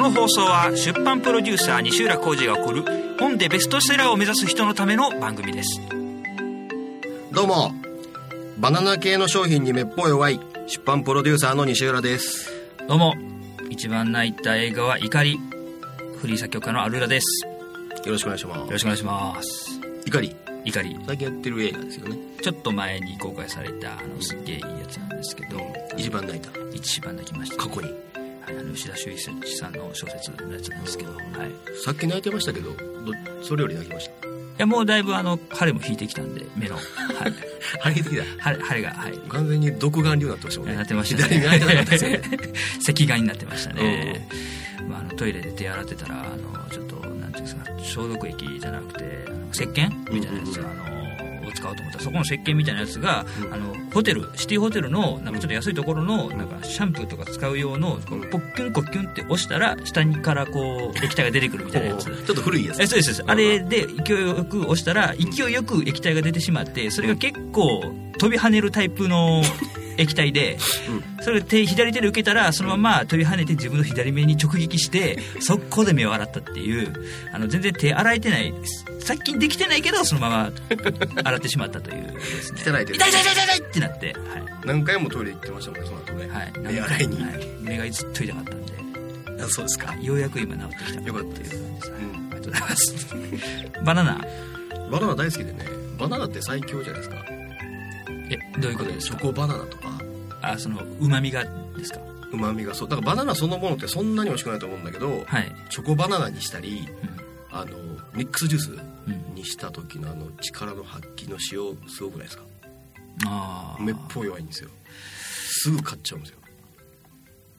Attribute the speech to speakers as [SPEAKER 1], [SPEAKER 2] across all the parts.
[SPEAKER 1] の放送は出版プロデューサー西浦浩二が送る本でベストセラーを目指す人のための番組です
[SPEAKER 2] どうもバナナ系の商品にめっぽう弱い出版プロデューサーの西浦です
[SPEAKER 1] どうも一番泣いた映画は怒りフリー作曲家のアルラですよ
[SPEAKER 2] よろしくお願いしま
[SPEAKER 1] ろしくお願いします
[SPEAKER 2] す怒り
[SPEAKER 1] 怒り
[SPEAKER 2] 最近やってる映画ですよね
[SPEAKER 1] ちょっと前に公開されたあのすっげえいいやつなんですけど
[SPEAKER 2] 一番泣いた
[SPEAKER 1] 一番泣きました、
[SPEAKER 2] 過去に
[SPEAKER 1] はいあの吉田修一さんの小説のやつなんですけど、はい、い
[SPEAKER 2] さっき泣いてましたけどどそれより泣きまし
[SPEAKER 1] やもうだいぶあの彼も引いてきたんで目の、はい、
[SPEAKER 2] たあれ的だ
[SPEAKER 1] 晴れ晴れがはい
[SPEAKER 2] 完全に独眼竜になってましたもんね
[SPEAKER 1] なってました
[SPEAKER 2] 左目開いてなかったですよね
[SPEAKER 1] ね 赤眼になってましたね、まあ、あのトイレで手洗ってたらあのちょっとなんていうんですか消毒液じゃなくてあの石鹸みたいなやつ、
[SPEAKER 2] うんう
[SPEAKER 1] あのを使おうと思ったらそこの石鹸みたいなやつが、
[SPEAKER 2] うん
[SPEAKER 1] あのホテルシティホテルのなんかちょっと安いところのなんかシャンプーとか使う用のこうポッキュンコッキュンって押したら下にからこう液体が出てく るみたいなやつ
[SPEAKER 2] おーちょっと古いやつ
[SPEAKER 1] えそうですそうですあれで勢いよく押したら勢いよく液体が出てしまってそれが結構飛び跳ねるタイプの液体でそれを手左手で受けたらそのまま飛び跳ねて自分の左目に直撃して速攻で目を洗ったっていうあの全然手洗えてない殺菌できてないけどそのまま洗ってしまったというですね
[SPEAKER 2] 汚い手で
[SPEAKER 1] 痛い痛い痛い痛いってなって
[SPEAKER 2] 何回もトイレ行ってましたもんねその後ね
[SPEAKER 1] はい、はい、
[SPEAKER 2] 目洗いに
[SPEAKER 1] は目がずっと痛かったんで
[SPEAKER 2] あそうですか
[SPEAKER 1] ようやく今治ってきた
[SPEAKER 2] よかった
[SPEAKER 1] で
[SPEAKER 2] ですす
[SPEAKER 1] ありがとうございます バナナ
[SPEAKER 2] バナナ大好きでねバナナって最強じゃないですか
[SPEAKER 1] えどういうことです
[SPEAKER 2] チ
[SPEAKER 1] か
[SPEAKER 2] ョコバナナとか
[SPEAKER 1] あそのうまみがですか
[SPEAKER 2] うまみがそうだからバナナそのものってそんなに美味しくないと思うんだけど
[SPEAKER 1] はい、
[SPEAKER 2] チョコバナナにしたりあのミックスジュース
[SPEAKER 1] うんうん、
[SPEAKER 2] にした時のあの力の発揮の使用すごくないですか
[SPEAKER 1] ああ
[SPEAKER 2] めっぽう弱いんですよすぐ買っちゃうんですよ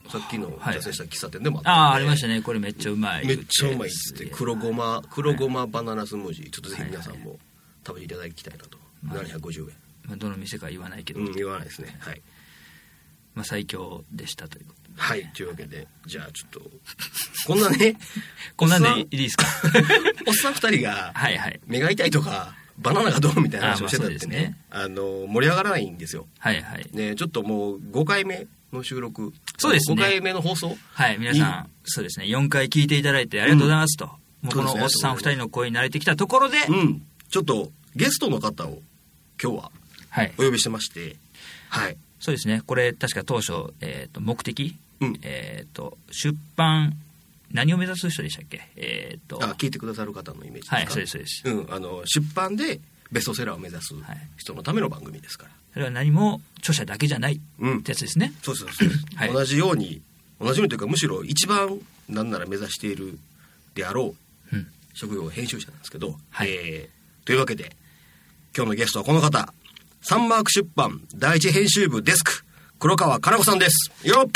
[SPEAKER 2] さっきの
[SPEAKER 1] はい
[SPEAKER 2] 女性した喫茶店でもったんで
[SPEAKER 1] ああありましたねこれめっちゃうまい
[SPEAKER 2] めっちゃうまいっつって黒ご
[SPEAKER 1] ま
[SPEAKER 2] ま黒ごまバナナスムージーちょっとぜひ皆さんも食べていただきたいなと
[SPEAKER 1] はい
[SPEAKER 2] 750
[SPEAKER 1] あどの店か言わないけど、
[SPEAKER 2] 円うん言わないですねはい
[SPEAKER 1] まあ、最強でしたということで
[SPEAKER 2] はいというわけでじゃあちょっとこん なね
[SPEAKER 1] こんなんで
[SPEAKER 2] おっさ
[SPEAKER 1] いいですか
[SPEAKER 2] おっさん二人が
[SPEAKER 1] はいはい
[SPEAKER 2] 目が痛いとかバナナがどうみたいな話をしてたってねあの盛り上がらないんですよ
[SPEAKER 1] はいはい
[SPEAKER 2] ねちょっともう5回目の収録
[SPEAKER 1] そうですね
[SPEAKER 2] 5回目の放送
[SPEAKER 1] はい皆さんそうですね4回聞いていただいてありがとうございますと、もうこ
[SPEAKER 2] そうです
[SPEAKER 1] の
[SPEAKER 2] ね
[SPEAKER 1] おっさん2人の声に慣れてきたところで、
[SPEAKER 2] うんちょっとゲストの方を今日は
[SPEAKER 1] はい
[SPEAKER 2] お呼びしてましてはい
[SPEAKER 1] そうですねこれ確か当初、えー、と目的、
[SPEAKER 2] うん
[SPEAKER 1] えー、と出版何を目指す人でしたっけえっ、と
[SPEAKER 2] あ聞いてくださる方のイメージですか
[SPEAKER 1] はいそうですそうです
[SPEAKER 2] うん、あの出版でベストセラーを目指す
[SPEAKER 1] はい
[SPEAKER 2] 人のための番組ですから、
[SPEAKER 1] それは何も著者だけじゃないっ
[SPEAKER 2] うん
[SPEAKER 1] てやつですね、
[SPEAKER 2] そうそうそう
[SPEAKER 1] はい
[SPEAKER 2] 同じように同じようにというかむしろ一番なんなら目指しているであろう
[SPEAKER 1] うん、
[SPEAKER 2] 職業編集者なんですけど、
[SPEAKER 1] はい
[SPEAKER 2] えーというわけで今日のゲストはこの方サンマーク出版第一編集部デスク黒川かな子さんですよっ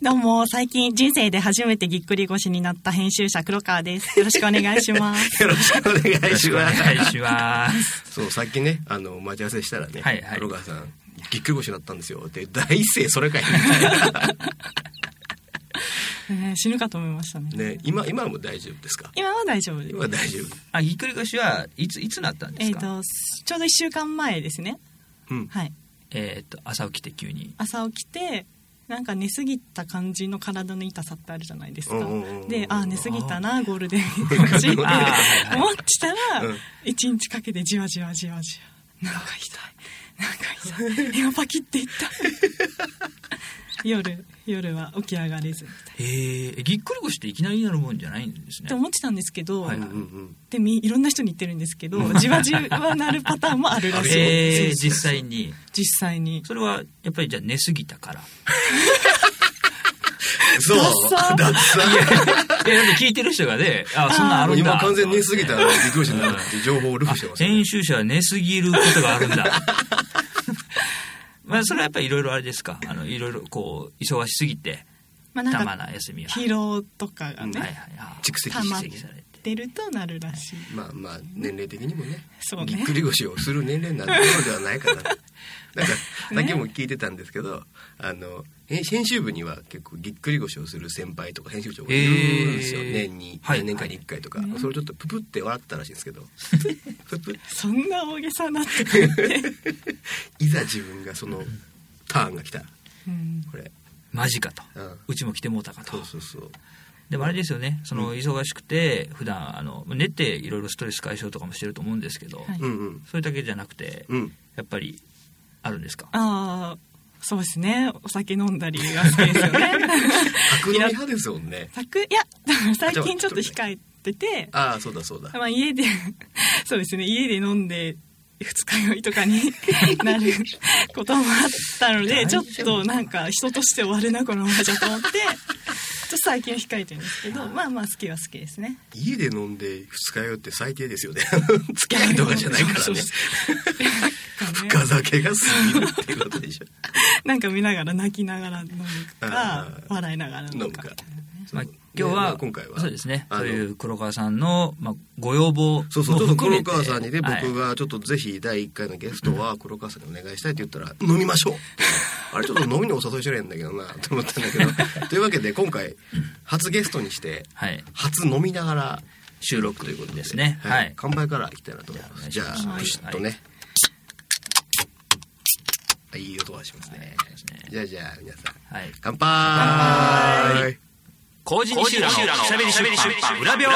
[SPEAKER 3] どうも、最近人生で初めてぎっくり腰になった編集者黒川です。よろしくお願い します。
[SPEAKER 2] よろしくお願いし
[SPEAKER 1] お願
[SPEAKER 2] ま
[SPEAKER 1] い
[SPEAKER 2] す
[SPEAKER 1] します
[SPEAKER 2] そうさっきねあの待ち合わせしたらね
[SPEAKER 1] はいはい
[SPEAKER 2] 黒川さんぎっくり腰になったんですよって第一声それかいみたいな
[SPEAKER 3] えー死ぬかと思いましたね。
[SPEAKER 2] ね、今今はもう大丈夫ですか
[SPEAKER 3] 今は大丈夫です
[SPEAKER 2] 今。は大丈夫、
[SPEAKER 1] あぎっくり腰はいついつなったんで
[SPEAKER 3] え
[SPEAKER 1] す
[SPEAKER 3] っ、
[SPEAKER 1] か
[SPEAKER 3] と、ちょうど1週間前ですね。
[SPEAKER 2] うん、
[SPEAKER 3] はい。
[SPEAKER 1] えーと朝起きて急に
[SPEAKER 3] 朝起きて、なんか寝すぎた感じの体の痛さってあるじゃないですか
[SPEAKER 2] うんうんうんうん。
[SPEAKER 3] で、あー寝すぎたな、ゴールデンウィ ークだし
[SPEAKER 2] あーはい
[SPEAKER 1] はい
[SPEAKER 3] 思ってたら
[SPEAKER 2] うん、
[SPEAKER 3] 1日かけてじわじわじわじわ。なんか痛い。なん か痛い。今パキっていった。夜、夜は起き上がれずみたいな。
[SPEAKER 1] えー、ぎっくり腰っていきなりなるもんじゃないんです
[SPEAKER 3] っ
[SPEAKER 1] ね
[SPEAKER 3] て思ってたんですけど、
[SPEAKER 1] はい
[SPEAKER 2] うんうん
[SPEAKER 3] でみいろんな人に言ってるんですけどじわじわなるパターンもあるらしい、
[SPEAKER 1] えー、
[SPEAKER 3] そうそう
[SPEAKER 1] 実際に
[SPEAKER 3] 実際に
[SPEAKER 1] それはやっぱりじゃあ寝すぎたから
[SPEAKER 2] そう
[SPEAKER 3] ダッサ
[SPEAKER 2] ダッサ
[SPEAKER 1] いやだって聞いてる人がねあそんなんあ
[SPEAKER 2] も
[SPEAKER 1] る
[SPEAKER 2] うん
[SPEAKER 1] だ
[SPEAKER 2] 今完全に寝すぎたらぎっくり腰になるっていう情報をルフしてますよね
[SPEAKER 1] 編集者は寝すぎることがあるんだ まあそれはやっぱりいろいろあれですかあのいろいろこう忙しすぎて
[SPEAKER 3] まあ
[SPEAKER 1] た
[SPEAKER 3] なん
[SPEAKER 1] ま
[SPEAKER 3] か
[SPEAKER 1] な休みが
[SPEAKER 3] 疲労とかが
[SPEAKER 2] う
[SPEAKER 3] ね、
[SPEAKER 2] ん
[SPEAKER 1] はいはいあー
[SPEAKER 2] 蓄積
[SPEAKER 3] 溜まっ
[SPEAKER 1] 蓄積されて
[SPEAKER 3] 出るとなるらしい
[SPEAKER 2] まあまあ年齢的にもね
[SPEAKER 3] そう
[SPEAKER 2] ぎっ
[SPEAKER 3] ね
[SPEAKER 2] くり腰をする年齢になってるのではないかななんかさっきも聞いてたんですけど、あの編編集部には結構ぎっくり腰をする先輩とか編集長がいるんですよ、
[SPEAKER 1] へー
[SPEAKER 2] 年に、
[SPEAKER 1] はい
[SPEAKER 2] 年間に1回とか、それちょっとププって笑ったらしいんですけどププ
[SPEAKER 3] そんな大げさなっ てくるって、
[SPEAKER 2] いざ自分がそのターンが来たら
[SPEAKER 3] うん、
[SPEAKER 2] これ
[SPEAKER 1] マジかと、
[SPEAKER 2] う
[SPEAKER 1] うんちも来てもうたかと
[SPEAKER 2] そうそうそう
[SPEAKER 1] でもあれですよねその忙しくて普段あの寝ていろいろストレス解消とかもしてると思うんですけど、
[SPEAKER 3] はい
[SPEAKER 2] うんうん
[SPEAKER 1] それだけじゃなくて、
[SPEAKER 2] うん
[SPEAKER 1] やっぱりあるんですか
[SPEAKER 3] ああそうですねお酒飲んだりが好きです よね
[SPEAKER 2] 角飲 み派ですもんね
[SPEAKER 3] 酒いや最近ちょっと控えてて
[SPEAKER 2] ああそうだそうだ
[SPEAKER 3] まあ、家で そうですね家で飲んで二日酔いとかになることもあったので
[SPEAKER 1] 大
[SPEAKER 3] ち
[SPEAKER 1] 丈
[SPEAKER 3] ょ
[SPEAKER 1] 夫
[SPEAKER 3] っとなんか人として終わるなこのままじゃと思ってちょっと最近は控えてるんですけどまあまあ好きは好きですね
[SPEAKER 2] 家で飲んで二日酔いって最低ですよね 付き合いとかじゃないから
[SPEAKER 3] そう
[SPEAKER 2] ね
[SPEAKER 3] そう
[SPEAKER 2] 深酒が過ぎるっていうことでし ょ
[SPEAKER 3] なんか見ながら泣きながら飲む
[SPEAKER 2] あ
[SPEAKER 3] か
[SPEAKER 2] ー
[SPEAKER 3] 笑いながら飲
[SPEAKER 2] 飲
[SPEAKER 3] む
[SPEAKER 2] む
[SPEAKER 3] か
[SPEAKER 2] か
[SPEAKER 1] まあ
[SPEAKER 2] そう、
[SPEAKER 1] 今日
[SPEAKER 2] でま
[SPEAKER 1] は
[SPEAKER 2] あ今回は
[SPEAKER 1] そうですね
[SPEAKER 2] あの
[SPEAKER 1] そういう黒川さんの、まあ、ご要望
[SPEAKER 2] そうそうちょっと
[SPEAKER 1] も含め
[SPEAKER 2] 黒
[SPEAKER 1] て
[SPEAKER 2] 川さんにね、
[SPEAKER 1] はい
[SPEAKER 2] 僕がちょっとぜひ第1回のゲストは黒川さんにお願いしたいって言ったら「飲みましょ う」あれちょっと飲みにお誘いしてないんだけどなと思ったんだけどというわけで今回初ゲストにして
[SPEAKER 1] はい
[SPEAKER 2] 初飲みながら
[SPEAKER 1] 収録ということですね
[SPEAKER 2] は
[SPEAKER 1] はいい、
[SPEAKER 2] 乾杯からいきたいなと思いますじ
[SPEAKER 1] じゃ
[SPEAKER 2] ゃ
[SPEAKER 1] あ
[SPEAKER 2] あ
[SPEAKER 3] お願
[SPEAKER 2] プ
[SPEAKER 3] い
[SPEAKER 2] シ
[SPEAKER 1] し
[SPEAKER 2] ッ
[SPEAKER 1] ます
[SPEAKER 2] とね、い、い音がしますねじゃあじゃあ皆さん
[SPEAKER 1] はい
[SPEAKER 2] 乾杯
[SPEAKER 1] 工事西浦のしゃべり出版裏表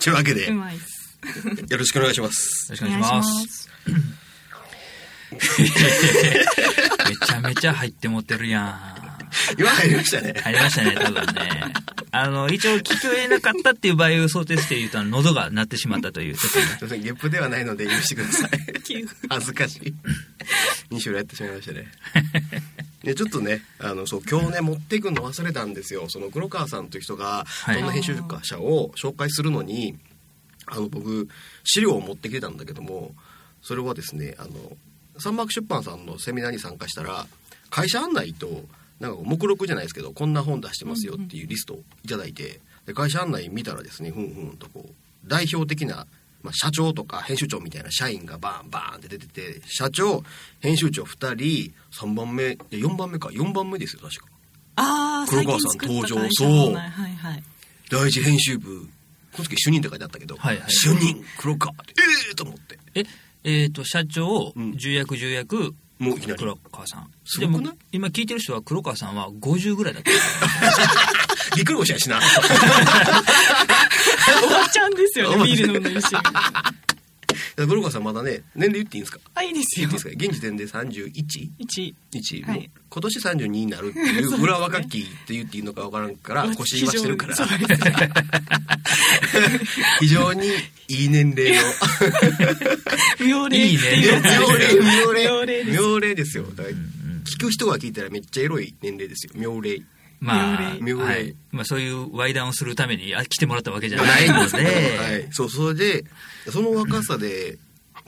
[SPEAKER 2] というわけで
[SPEAKER 3] うまいです
[SPEAKER 2] よろしくお願いします
[SPEAKER 1] よろしくお願いします。めちゃめちゃ入って持ってるやん。
[SPEAKER 2] 今入りましたね
[SPEAKER 1] 入りましたね、多分ね。あの、一応聞きえなかったっていう場合を想定して言うと、あの喉が鳴ってしまったという、ちょっとね。
[SPEAKER 2] すいませんゲップではないので許してください
[SPEAKER 3] 急
[SPEAKER 2] 恥ずかしい2種類やってしまいましたねでちょっとねあのそう今日ね持っていくの忘れたんですよその黒川さんという人が
[SPEAKER 1] い
[SPEAKER 2] どんな編集者を紹介するのにあの僕資料を持ってきてたんだけどもそれはですねあの三幕出版さんのセミナーに参加したら会社案内となんかこう目録じゃないですけどこんな本出してますよっていうリストをいただいてで会社案内見たらですねふんふんとこう代表的な、まあ、社長とか編集長みたいな社員がバーンバーンって出てて社長編集長2人3番目いや4番目か4番目ですよ確か
[SPEAKER 3] ああ
[SPEAKER 2] 黒
[SPEAKER 3] 最
[SPEAKER 2] 川
[SPEAKER 3] 近
[SPEAKER 2] さん
[SPEAKER 3] 作った
[SPEAKER 2] 登場
[SPEAKER 3] 会社
[SPEAKER 2] そう
[SPEAKER 3] のないはいはい
[SPEAKER 2] 第一編集部この時主任って書いてあったけど、
[SPEAKER 1] はいはい
[SPEAKER 2] 主任黒川ってええと思って
[SPEAKER 1] え、えっ、と、社長、
[SPEAKER 2] うん
[SPEAKER 1] 重役重役、
[SPEAKER 2] もういきなり
[SPEAKER 1] 黒川さん。
[SPEAKER 2] す
[SPEAKER 1] で
[SPEAKER 2] ごくない
[SPEAKER 1] も、今聞いてる人は黒川さんは50ぐらいだ った。
[SPEAKER 2] ぎっくり腰やしな
[SPEAKER 3] おばちゃんですよねビール飲んでるし
[SPEAKER 2] 黒川さんまだね年齢言っていいんですか
[SPEAKER 3] あいいです
[SPEAKER 2] 言っ
[SPEAKER 3] よ
[SPEAKER 2] ていいですか現時点で 31?
[SPEAKER 3] 一
[SPEAKER 2] 一
[SPEAKER 3] はい
[SPEAKER 2] もう今年32になるってい
[SPEAKER 3] そうです
[SPEAKER 2] う
[SPEAKER 3] ね
[SPEAKER 2] 裏若きって言っていいのか分からんから 腰言わしてるから
[SPEAKER 3] そうですね
[SPEAKER 2] 非常にいい年齢の
[SPEAKER 3] 妙齢って
[SPEAKER 1] いいね
[SPEAKER 3] いうやつ
[SPEAKER 2] 妙齢妙齢
[SPEAKER 3] 妙齢です
[SPEAKER 2] 妙齢ですよだから聞く人が聞いたらめっちゃエロい年齢ですよ妙齢
[SPEAKER 1] まあ、
[SPEAKER 2] 妙齢
[SPEAKER 1] はい。まあ、そういうワイダンをするためにあ来てもらったわけじゃな
[SPEAKER 2] ないい
[SPEAKER 1] の
[SPEAKER 2] の
[SPEAKER 1] で、
[SPEAKER 2] で、 はい、そうそれでその若さで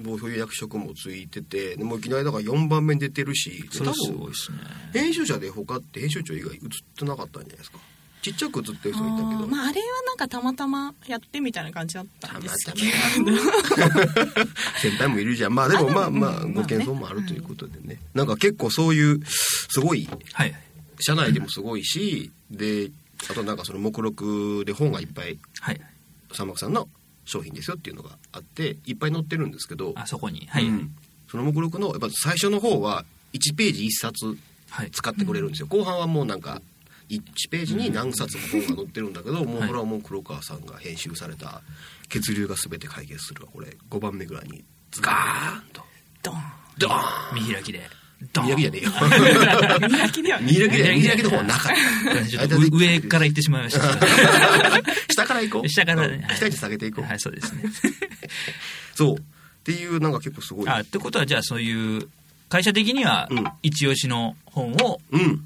[SPEAKER 2] もうそういう役職もついててでもういきなりだから4番目に出てるし
[SPEAKER 1] それはす
[SPEAKER 2] 多
[SPEAKER 1] ごい
[SPEAKER 2] 分
[SPEAKER 1] ですね。
[SPEAKER 2] 編集者で他って編集長以外映ってなかったんじゃないですかちっちゃく映ってる人もいたけ
[SPEAKER 3] あ
[SPEAKER 2] ど
[SPEAKER 3] ーまああれはなんかたまたまやってみたいな感じだったんですけ
[SPEAKER 2] た
[SPEAKER 3] ど
[SPEAKER 2] 先輩もいるじゃんまあでも
[SPEAKER 3] あで
[SPEAKER 2] まあ
[SPEAKER 3] も
[SPEAKER 2] まあ
[SPEAKER 3] うん
[SPEAKER 2] ご謙遜もあるということでねなんか結構そういうすごい
[SPEAKER 1] はい。
[SPEAKER 2] 社内でもすごいしであとなんかその目録で本がいっぱい
[SPEAKER 1] はい。
[SPEAKER 2] 三幕さんの商品ですよっていうのがあっていっぱい載ってるんですけど
[SPEAKER 1] あそこに。はい。
[SPEAKER 2] うんその目録のやっぱ最初の方は1ページ1冊
[SPEAKER 1] はい。
[SPEAKER 2] 使ってくれるんですよ、後半はもうなんか1ページに何冊も本が載ってるんだけど、もうこれはもう黒川さんが編集された「血流が全て解決する」はこれ5番目ぐらいにズガーンと
[SPEAKER 3] ドン
[SPEAKER 2] ドーン
[SPEAKER 1] 見開きで。ドン
[SPEAKER 2] 見開きじゃねえ よ
[SPEAKER 3] 見開きではない
[SPEAKER 2] 見開きじゃ見開きの方はなかっ
[SPEAKER 1] ちょっとう上から行ってしまいました。
[SPEAKER 2] た下から行こう
[SPEAKER 1] 下からね。はい
[SPEAKER 2] 下に下げていこう、
[SPEAKER 1] はい、そうですね。
[SPEAKER 2] そうっていうなんか結構すごい
[SPEAKER 1] あ、ってことは、じゃあそういう、会社的には
[SPEAKER 2] うん、
[SPEAKER 1] 一押しの本を
[SPEAKER 2] うん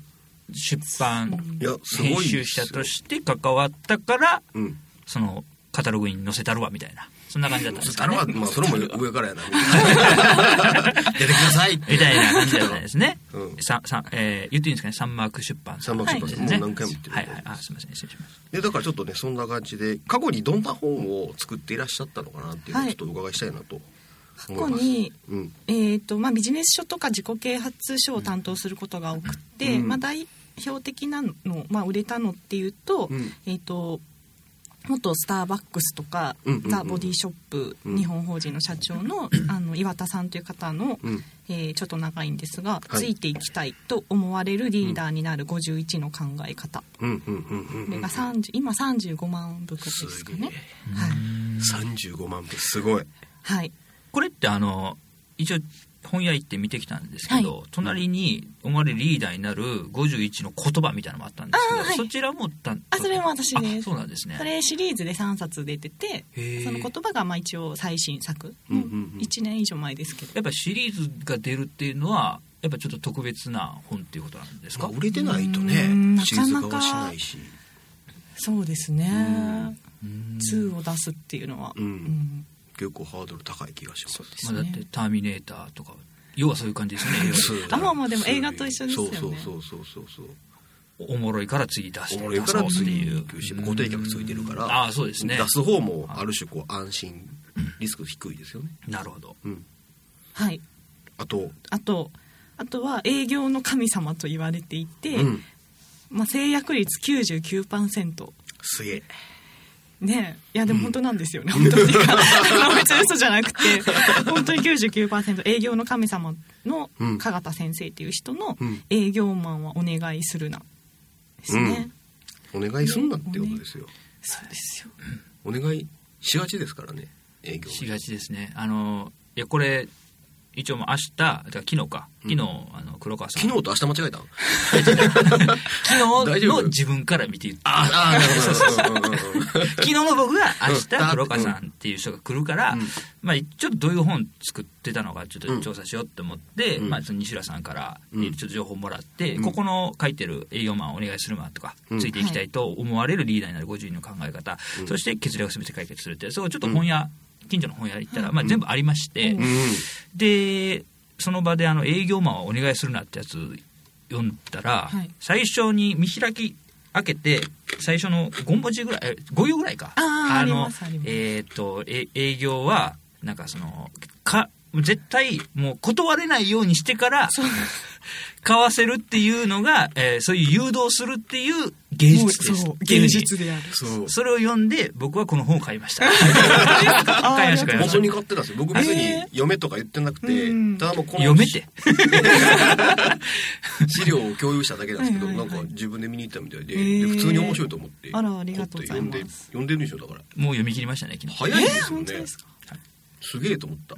[SPEAKER 1] 出版、
[SPEAKER 2] いやすご
[SPEAKER 1] 編
[SPEAKER 2] い
[SPEAKER 1] 集者として関わったから、
[SPEAKER 2] うん
[SPEAKER 1] その、カタログに載せたるわ、みたいな。そんな感じだったんですか
[SPEAKER 2] たの
[SPEAKER 1] ね。
[SPEAKER 2] は、まあ、それも上から やな。出てくださいって。
[SPEAKER 1] みたいな感じだったんですね
[SPEAKER 2] うん
[SPEAKER 1] さんさんえー言っていいんですかね、サンマーク出版
[SPEAKER 2] サンマーク出
[SPEAKER 1] です
[SPEAKER 2] 版さん
[SPEAKER 1] ね。
[SPEAKER 2] もう何回も言ってる
[SPEAKER 1] はいはい。あ、すみません、失礼します。
[SPEAKER 2] で、だからちょっとね、そんな感じで、過去にどんな本を作っていらっしゃったのかなっていうのをちょっとお伺いしたいなと
[SPEAKER 3] 過去に、
[SPEAKER 2] うん
[SPEAKER 3] えーとまあ、ビジネス書とか自己啓発書を担当することが多くて、
[SPEAKER 2] うん
[SPEAKER 3] まあ、代表的なの、まあ、売れたのっていうと,、
[SPEAKER 2] うん
[SPEAKER 3] えー、と元スターバックスとか、
[SPEAKER 2] うんうんうん
[SPEAKER 3] ザ・ボディショップ、
[SPEAKER 2] うん
[SPEAKER 3] 日本法人の社長 のあの岩田さんという方の、
[SPEAKER 2] うん
[SPEAKER 3] えーちょっと長いんですが、
[SPEAKER 2] はい
[SPEAKER 3] ついていきたいと思われるリーダーになる51の考え方、
[SPEAKER 2] うんうんうんうん
[SPEAKER 3] これが30今35万部くらいですかね。
[SPEAKER 2] 35万部すごい
[SPEAKER 3] はい、はい
[SPEAKER 1] これってあの一応本屋行って見てきたんですけど、
[SPEAKER 3] は
[SPEAKER 1] 隣におまれリーダーになる51の言葉みたいなのもあったんですけど、
[SPEAKER 3] あーはい
[SPEAKER 1] そちらもたん
[SPEAKER 3] あそれも私です
[SPEAKER 1] あそうなんですね
[SPEAKER 3] それシリーズで3冊出てて
[SPEAKER 1] へー
[SPEAKER 3] その言葉がまあ一応最新作、
[SPEAKER 2] うんうんうん
[SPEAKER 3] 1年以上前ですけど
[SPEAKER 1] やっぱシリーズが出るっていうのはやっぱちょっと特別な本っていうことなんです
[SPEAKER 2] ま
[SPEAKER 1] か、
[SPEAKER 2] あ売れてないと
[SPEAKER 3] うん
[SPEAKER 2] ね
[SPEAKER 3] な
[SPEAKER 2] シ
[SPEAKER 3] か
[SPEAKER 2] リーズ
[SPEAKER 3] な
[SPEAKER 2] 化
[SPEAKER 3] か
[SPEAKER 2] はしないし
[SPEAKER 3] そうですね
[SPEAKER 1] うん
[SPEAKER 3] 2を出すっていうのは、
[SPEAKER 2] うん
[SPEAKER 3] ん
[SPEAKER 2] 結構ハードル高い気がします
[SPEAKER 3] そうで
[SPEAKER 1] ますあ、だっ
[SPEAKER 3] ね
[SPEAKER 1] て「ターミネーター」とか要はそういう感じですね
[SPEAKER 2] そう
[SPEAKER 3] あまあまあでも映画と一緒ですよね
[SPEAKER 2] そうそうそうそうそう
[SPEAKER 1] おもろいから次出し
[SPEAKER 2] お
[SPEAKER 1] て
[SPEAKER 2] もろいからついていく
[SPEAKER 1] 出
[SPEAKER 2] し
[SPEAKER 1] そうっていう
[SPEAKER 2] 固定客ついてるから
[SPEAKER 1] うんああそうですね
[SPEAKER 2] 出す方もある種こう安心リスク低いですよね
[SPEAKER 1] なるほど
[SPEAKER 2] うん
[SPEAKER 3] はい
[SPEAKER 2] あと
[SPEAKER 3] あとあとは営業の神様と言われていて、
[SPEAKER 2] うん
[SPEAKER 3] まあ、制約率99%
[SPEAKER 2] すげえ
[SPEAKER 3] ねえいやでも本当なんですよね、本当にあの別に嘘じゃなくて本当に99%営業の神様の
[SPEAKER 2] うん
[SPEAKER 3] 加賀田先生っていう人の
[SPEAKER 2] うん
[SPEAKER 3] 営業マンはお願いするなですね、
[SPEAKER 2] うんお願いすんなってことですよ
[SPEAKER 3] そうですよ
[SPEAKER 2] お願いしがちですからね営業
[SPEAKER 1] しがちですねあのいやこれ一応もう明日だから昨日か昨日、
[SPEAKER 2] うん
[SPEAKER 1] あの黒川さん
[SPEAKER 2] 昨日と明日間違えた
[SPEAKER 1] 昨
[SPEAKER 2] 大
[SPEAKER 1] 日
[SPEAKER 2] 丈
[SPEAKER 1] の
[SPEAKER 2] 夫
[SPEAKER 1] 自分から見て言って
[SPEAKER 2] ああなるほど
[SPEAKER 1] 昨日の僕が明日
[SPEAKER 2] うんだ
[SPEAKER 1] 黒川さんっていう人が来るから、
[SPEAKER 2] うん
[SPEAKER 1] まあ、ちょっとどういう本作ってたのかちょっ
[SPEAKER 2] う
[SPEAKER 1] と
[SPEAKER 2] ん
[SPEAKER 1] 調査しようと思って、
[SPEAKER 2] うん
[SPEAKER 1] まあ、その西浦さんからち
[SPEAKER 2] う
[SPEAKER 1] ょ
[SPEAKER 2] ん
[SPEAKER 1] っと情報もらって、
[SPEAKER 2] うん
[SPEAKER 1] ここの書いてる営業マンお願いするマンとか、
[SPEAKER 2] うん
[SPEAKER 1] ついていきたいと思われるリーダーになる50人の考え方、
[SPEAKER 2] うん
[SPEAKER 1] そして欠落を全て解決するってそうちょっと本屋、近所の本屋行ったら、まあ、全部ありまして、
[SPEAKER 3] うん
[SPEAKER 1] でその場であの営業マンはお願いするなってやつ読んだら、
[SPEAKER 3] はい
[SPEAKER 1] 最初に見開き開けて最初の5文字ぐらいえ5行ぐらいか
[SPEAKER 3] あーあり
[SPEAKER 1] の
[SPEAKER 3] ますあります
[SPEAKER 1] えっ、とえ営業はなんかそのか絶対もう断れないようにしてから 買わせるっていうのが、えーそういう誘導するっていう芸
[SPEAKER 3] もう
[SPEAKER 1] 術です
[SPEAKER 3] そう
[SPEAKER 1] っていうふう
[SPEAKER 3] 芸
[SPEAKER 1] に
[SPEAKER 3] 術である
[SPEAKER 2] そう
[SPEAKER 1] それを読んで僕はこの本を買いました
[SPEAKER 3] あ
[SPEAKER 1] 買いました
[SPEAKER 3] あ
[SPEAKER 1] 買い
[SPEAKER 3] り
[SPEAKER 1] ま
[SPEAKER 2] 本
[SPEAKER 1] し
[SPEAKER 2] 当
[SPEAKER 1] た
[SPEAKER 2] に買ってたんですよ僕別に嫁とか言ってなくて、
[SPEAKER 3] うん
[SPEAKER 2] ただもうこの
[SPEAKER 1] 読めて
[SPEAKER 2] 資料を共有しただけなんですけど
[SPEAKER 3] はいはいはい
[SPEAKER 2] なんか自分で見に行ったみたいで,、
[SPEAKER 3] へー
[SPEAKER 2] で普通に面白いと思って
[SPEAKER 3] あらありがとうございます
[SPEAKER 2] 買って読んで読んでるんでしょだから
[SPEAKER 1] もう読み切りましたね昨日
[SPEAKER 2] 早いですよね、
[SPEAKER 3] 本当ですか
[SPEAKER 2] すげえと思った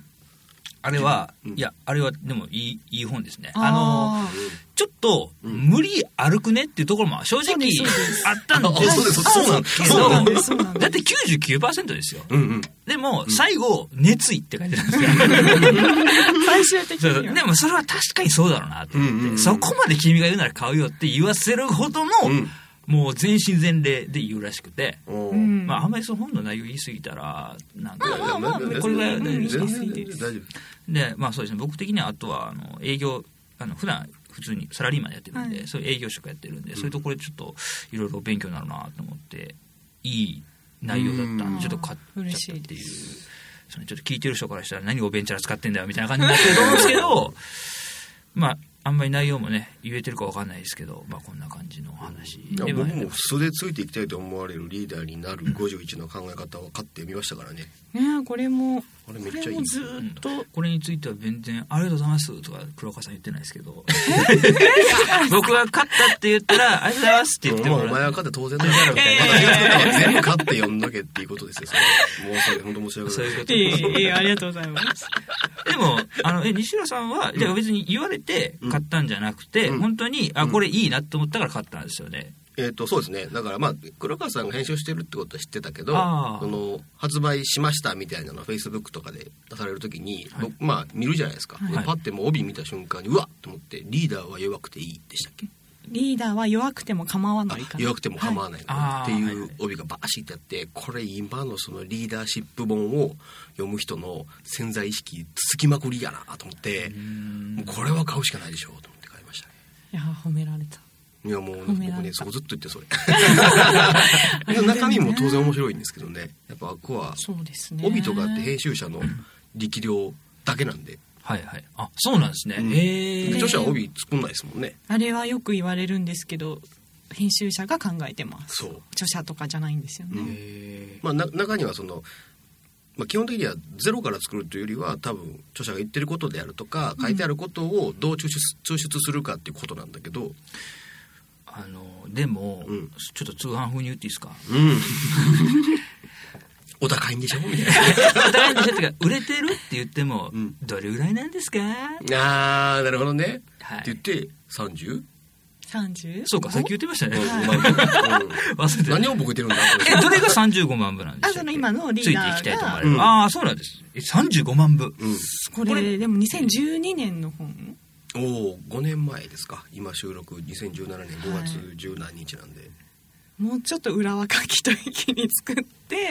[SPEAKER 1] あれは、
[SPEAKER 2] うん
[SPEAKER 1] いや、あれはでもいい、いい本ですね。あの、
[SPEAKER 3] あ
[SPEAKER 1] ちょっと、
[SPEAKER 2] ん
[SPEAKER 1] 無理歩くねっていうところも正直
[SPEAKER 3] そうですそうです
[SPEAKER 1] あったんで
[SPEAKER 2] あ
[SPEAKER 1] す
[SPEAKER 2] そうですそうなん
[SPEAKER 1] け
[SPEAKER 2] そうなん
[SPEAKER 3] ですそう
[SPEAKER 1] ど
[SPEAKER 3] なんです
[SPEAKER 1] だって99%ですよ。
[SPEAKER 2] うんうん
[SPEAKER 1] でも、最後、熱意って書いてたんですよ。
[SPEAKER 3] ー 最終的
[SPEAKER 1] そう
[SPEAKER 3] に
[SPEAKER 1] そう
[SPEAKER 3] は
[SPEAKER 1] でも、それは確かにそうだろうなと
[SPEAKER 2] うんうん
[SPEAKER 1] 思っ
[SPEAKER 2] うん
[SPEAKER 1] て、そこまで君が言うなら買うよって言わせるほどの
[SPEAKER 2] うん、
[SPEAKER 1] もう全身全霊で言うらしくて、
[SPEAKER 2] おー
[SPEAKER 3] うん
[SPEAKER 1] まあ、あんまりその本の内容言い過ぎたら、なんか、
[SPEAKER 3] まあまあまあ
[SPEAKER 1] これぐらいは大丈夫ですか
[SPEAKER 2] 全然全然大丈
[SPEAKER 1] でまあそうですね僕的にはあとはあの営業あの普段普通にサラリーマンやってるんで、
[SPEAKER 3] はい
[SPEAKER 1] そういう営業職やってるんで、そういうところでちょっといろいろ勉強になるなと思っていい内容だったん
[SPEAKER 3] うん
[SPEAKER 1] でちょっと買っちゃったって
[SPEAKER 3] 嬉しいで
[SPEAKER 1] いうそのちょっと聞いてる人からしたら何をベンチャー使ってんだよみたいな感じになってると思うんですけどまああんまり内容もね言えてるかわかんないですけど、まあ、こんな感じのお話
[SPEAKER 2] 夫
[SPEAKER 1] で
[SPEAKER 2] いや
[SPEAKER 1] まあ
[SPEAKER 2] 僕も素でついていきたいと思われるリーダーになる51の考え方を買ってみましたからね
[SPEAKER 3] ねえこれも
[SPEAKER 2] あ
[SPEAKER 3] こ
[SPEAKER 2] れ
[SPEAKER 3] れ
[SPEAKER 2] めっちゃいい
[SPEAKER 3] もずーっと
[SPEAKER 1] これについては全然「ありがとうございます」とか黒川さん言ってないですけど 僕が勝ったって言ったら「ありがとうございます」って言って
[SPEAKER 2] まあ
[SPEAKER 1] も
[SPEAKER 2] お前
[SPEAKER 1] ら
[SPEAKER 2] は
[SPEAKER 1] って
[SPEAKER 2] 勝って当然だからみたいなことは全部勝って読んどけっていうことですよそれもうそれ本当申し訳
[SPEAKER 1] そう
[SPEAKER 2] な
[SPEAKER 1] い
[SPEAKER 2] い
[SPEAKER 1] うこと
[SPEAKER 3] いえ
[SPEAKER 1] です
[SPEAKER 3] いえいえありがとうございます
[SPEAKER 1] でもあのえ西浦さんはじゃあ別に言われて買ったんじゃなくて、
[SPEAKER 2] うん
[SPEAKER 1] 本当にあこれいいなって思ったから買ったんですよね、
[SPEAKER 2] えっ、とそうですねだからまあ黒川さんが編集してるってことは知ってたけど
[SPEAKER 1] あー
[SPEAKER 2] その発売しましたみたいなのフェイスブックとかで出される時に、僕まあ見るじゃないですか、
[SPEAKER 3] はい
[SPEAKER 2] でパッてもう帯見た瞬間にうわっと思って「リーダーは弱くていい」でしたっけ
[SPEAKER 3] リーダーは弱くても構わ
[SPEAKER 2] あ
[SPEAKER 3] ないから
[SPEAKER 2] 弱くても構わないの
[SPEAKER 1] はい
[SPEAKER 2] って
[SPEAKER 1] あーはい
[SPEAKER 2] い
[SPEAKER 1] は
[SPEAKER 2] う
[SPEAKER 1] い
[SPEAKER 2] 帯がバーシってあってこれ今のそのリーダーシップ本を読む人の潜在意識つきまくりやなと思ってもうこれは買うしかないでしょうと思って買いましたね
[SPEAKER 3] いやー褒められた
[SPEAKER 2] いやもう
[SPEAKER 3] 褒めら
[SPEAKER 2] 僕
[SPEAKER 3] れ
[SPEAKER 2] ね
[SPEAKER 3] た
[SPEAKER 2] そこずっと言ってそれ いや中身も当然面白いんですけどねやっぱあっこは
[SPEAKER 3] そうですね
[SPEAKER 2] 帯とかって編集者の力量だけなんで、
[SPEAKER 1] はいはいあそうなんですね、
[SPEAKER 2] うん
[SPEAKER 1] へえ
[SPEAKER 2] 女子は帯作んないですもんね
[SPEAKER 3] あれはよく言われるんですけど編集者が考えてます
[SPEAKER 2] そう
[SPEAKER 3] 著者とかじゃないんですよね、
[SPEAKER 1] へ
[SPEAKER 2] まあ、な中にはその、まあ、基本的にはゼロから作るというよりは多分著者が言ってることであるとか書いてあることをどう抽出抽出するかっていうことなんだけど、
[SPEAKER 1] あのでも、
[SPEAKER 2] うん
[SPEAKER 1] ちょっと通販風に言っていいですか
[SPEAKER 2] お高いんでしょみたい
[SPEAKER 1] お互いにちょっと売れてるって言っても、
[SPEAKER 2] うん
[SPEAKER 1] どれぐらいなんですか
[SPEAKER 2] な。あーなるほどね、
[SPEAKER 1] はい
[SPEAKER 2] って言って 30?
[SPEAKER 3] 30
[SPEAKER 1] そうかさっき言ってましたね、
[SPEAKER 2] うん
[SPEAKER 1] 忘れてた
[SPEAKER 2] 何を僕言ってるんだ
[SPEAKER 1] えどれが35万部なんで
[SPEAKER 3] あ
[SPEAKER 1] すか
[SPEAKER 3] その今のリ
[SPEAKER 1] つい
[SPEAKER 3] ー
[SPEAKER 1] てい
[SPEAKER 3] ダ
[SPEAKER 1] き
[SPEAKER 3] ー
[SPEAKER 1] たいと思わ
[SPEAKER 3] が
[SPEAKER 1] れる、
[SPEAKER 2] うん
[SPEAKER 1] ああそうなんですえ35万部
[SPEAKER 3] これでも2012年の本
[SPEAKER 2] おお5年前ですか今収録2017年5月17日なんで、
[SPEAKER 3] もうちょっと裏は書きと一気に作って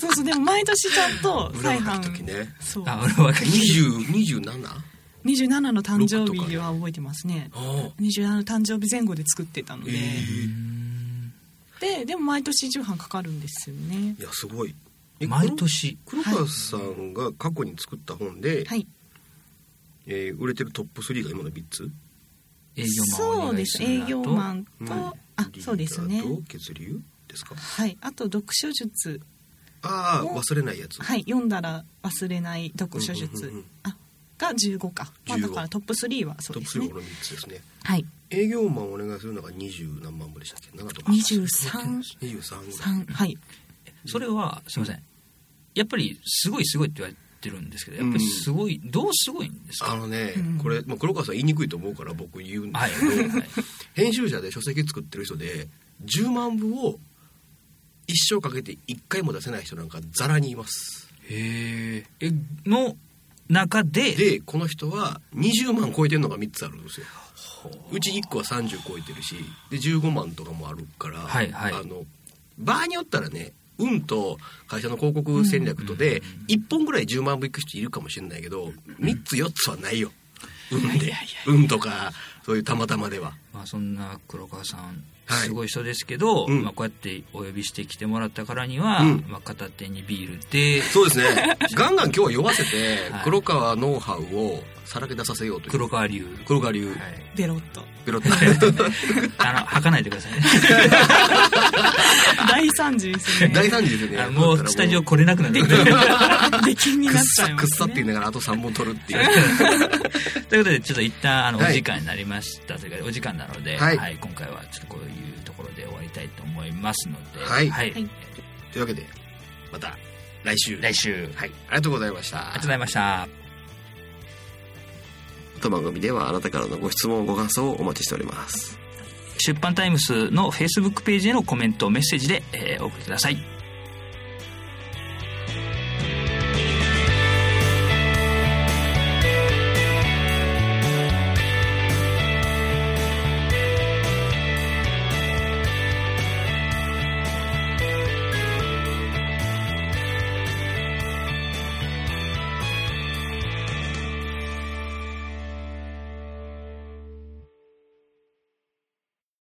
[SPEAKER 3] そうそうでも毎年ちゃんと
[SPEAKER 2] 裏
[SPEAKER 3] 再
[SPEAKER 2] を書
[SPEAKER 3] 販
[SPEAKER 2] く時ね
[SPEAKER 3] そう
[SPEAKER 1] あ俺は書き
[SPEAKER 2] 20 27? あ
[SPEAKER 3] 27の誕生日は覚えてますね
[SPEAKER 2] あ
[SPEAKER 3] 27の誕生日前後で作ってたの
[SPEAKER 2] え
[SPEAKER 3] で、
[SPEAKER 2] ー
[SPEAKER 3] ででも毎年重版かかるんですよね
[SPEAKER 2] いやすごいえ
[SPEAKER 1] 毎年
[SPEAKER 2] 黒川さんが過去に作った本で、
[SPEAKER 3] はい
[SPEAKER 2] えー売れてるトップ3が今の3つ
[SPEAKER 1] 営業マンを
[SPEAKER 3] そ
[SPEAKER 1] お
[SPEAKER 3] う
[SPEAKER 1] 願
[SPEAKER 3] で
[SPEAKER 1] いす
[SPEAKER 3] す
[SPEAKER 1] る
[SPEAKER 3] 営
[SPEAKER 1] なと
[SPEAKER 3] 業マンと、
[SPEAKER 2] うん
[SPEAKER 3] あそうです
[SPEAKER 2] リー
[SPEAKER 3] ね
[SPEAKER 2] ダーと血流ですか
[SPEAKER 3] はいあと読書術
[SPEAKER 2] ああ
[SPEAKER 3] お
[SPEAKER 2] 忘れないやつ、
[SPEAKER 3] はい読んだら忘れない読書術、
[SPEAKER 2] うんうんうんうん
[SPEAKER 3] あが15か、まあ、
[SPEAKER 2] 15
[SPEAKER 3] だからトップ3はそ
[SPEAKER 2] ト
[SPEAKER 3] う
[SPEAKER 2] ッ
[SPEAKER 3] で
[SPEAKER 2] プ
[SPEAKER 3] す
[SPEAKER 2] 3は
[SPEAKER 3] ね
[SPEAKER 2] この3つですね
[SPEAKER 3] はい
[SPEAKER 2] 営業マンお願いするのが二十何万部でしたっけ長友
[SPEAKER 3] 23
[SPEAKER 2] 23ぐらい
[SPEAKER 3] 三はい
[SPEAKER 1] それはすいませんやっぱりすごいすごいって言われてるんですけどやっぱりすごい、どうすごいんですか
[SPEAKER 2] あ
[SPEAKER 1] は
[SPEAKER 2] のね、
[SPEAKER 3] うん
[SPEAKER 2] これ、まあ、黒川さん言いにくいと思うから僕言うんで
[SPEAKER 1] い
[SPEAKER 2] すけど、
[SPEAKER 1] はいはい
[SPEAKER 2] 編集者で書籍作ってる人で10万部を一生かけて1回も出せない人なんかざらにいます
[SPEAKER 1] へえの中で
[SPEAKER 2] でこの人は20万超えてるのが3つあるんですようち1個は30超えてるしで15万とかもあるから、
[SPEAKER 1] はいはい
[SPEAKER 2] あの場合によったらね運と会社の広告戦略とで1本ぐらい10万部いく人いるかもしれないけど3つ4つはないよ運
[SPEAKER 3] いやいやい
[SPEAKER 2] で
[SPEAKER 3] や
[SPEAKER 2] 運とかそういうたまたまでは
[SPEAKER 1] まあ、そんな黒川さん
[SPEAKER 2] はい
[SPEAKER 1] すごい人ですけど、
[SPEAKER 2] うん
[SPEAKER 1] まあ、こうやってお呼びしてきてもらったからには、
[SPEAKER 2] うん
[SPEAKER 1] まあ、片手にビールで
[SPEAKER 2] そうですね。 ガンガン今日は酔わせて
[SPEAKER 1] はい、
[SPEAKER 2] 黒川ノウハウをさらけ出させようという。
[SPEAKER 1] 黒川流、
[SPEAKER 2] 黒川流、
[SPEAKER 1] はい、
[SPEAKER 3] ベロッと
[SPEAKER 2] ペロッと。
[SPEAKER 1] あの吐かないでくださいね
[SPEAKER 3] 大惨事です ね
[SPEAKER 2] 大惨事 ですね。
[SPEAKER 1] あもうスタジオ来れなく なる ので
[SPEAKER 3] 出禁に
[SPEAKER 2] くっ
[SPEAKER 3] なっちゃ
[SPEAKER 2] さ
[SPEAKER 3] いま
[SPEAKER 2] くっ
[SPEAKER 3] す
[SPEAKER 2] さって言い
[SPEAKER 3] ね
[SPEAKER 2] ながらあと3本取るっていう。
[SPEAKER 1] ということでちょっと一旦あのお
[SPEAKER 2] はい
[SPEAKER 1] 時間になりました、というかお時間なので、
[SPEAKER 2] はい
[SPEAKER 1] 今回はちょっとこういうところで終わりたいと思いますので、
[SPEAKER 2] はい
[SPEAKER 3] はい
[SPEAKER 2] というわけで、また来週。
[SPEAKER 1] 来週
[SPEAKER 2] はい。ありがとうございました。
[SPEAKER 1] ありがとうございました
[SPEAKER 2] 当番組ではあなたからのご質問、ご感想をお待ちしております。
[SPEAKER 1] 出版タイムスのフェイスブックページへのコメントメッセージで、えーお送りください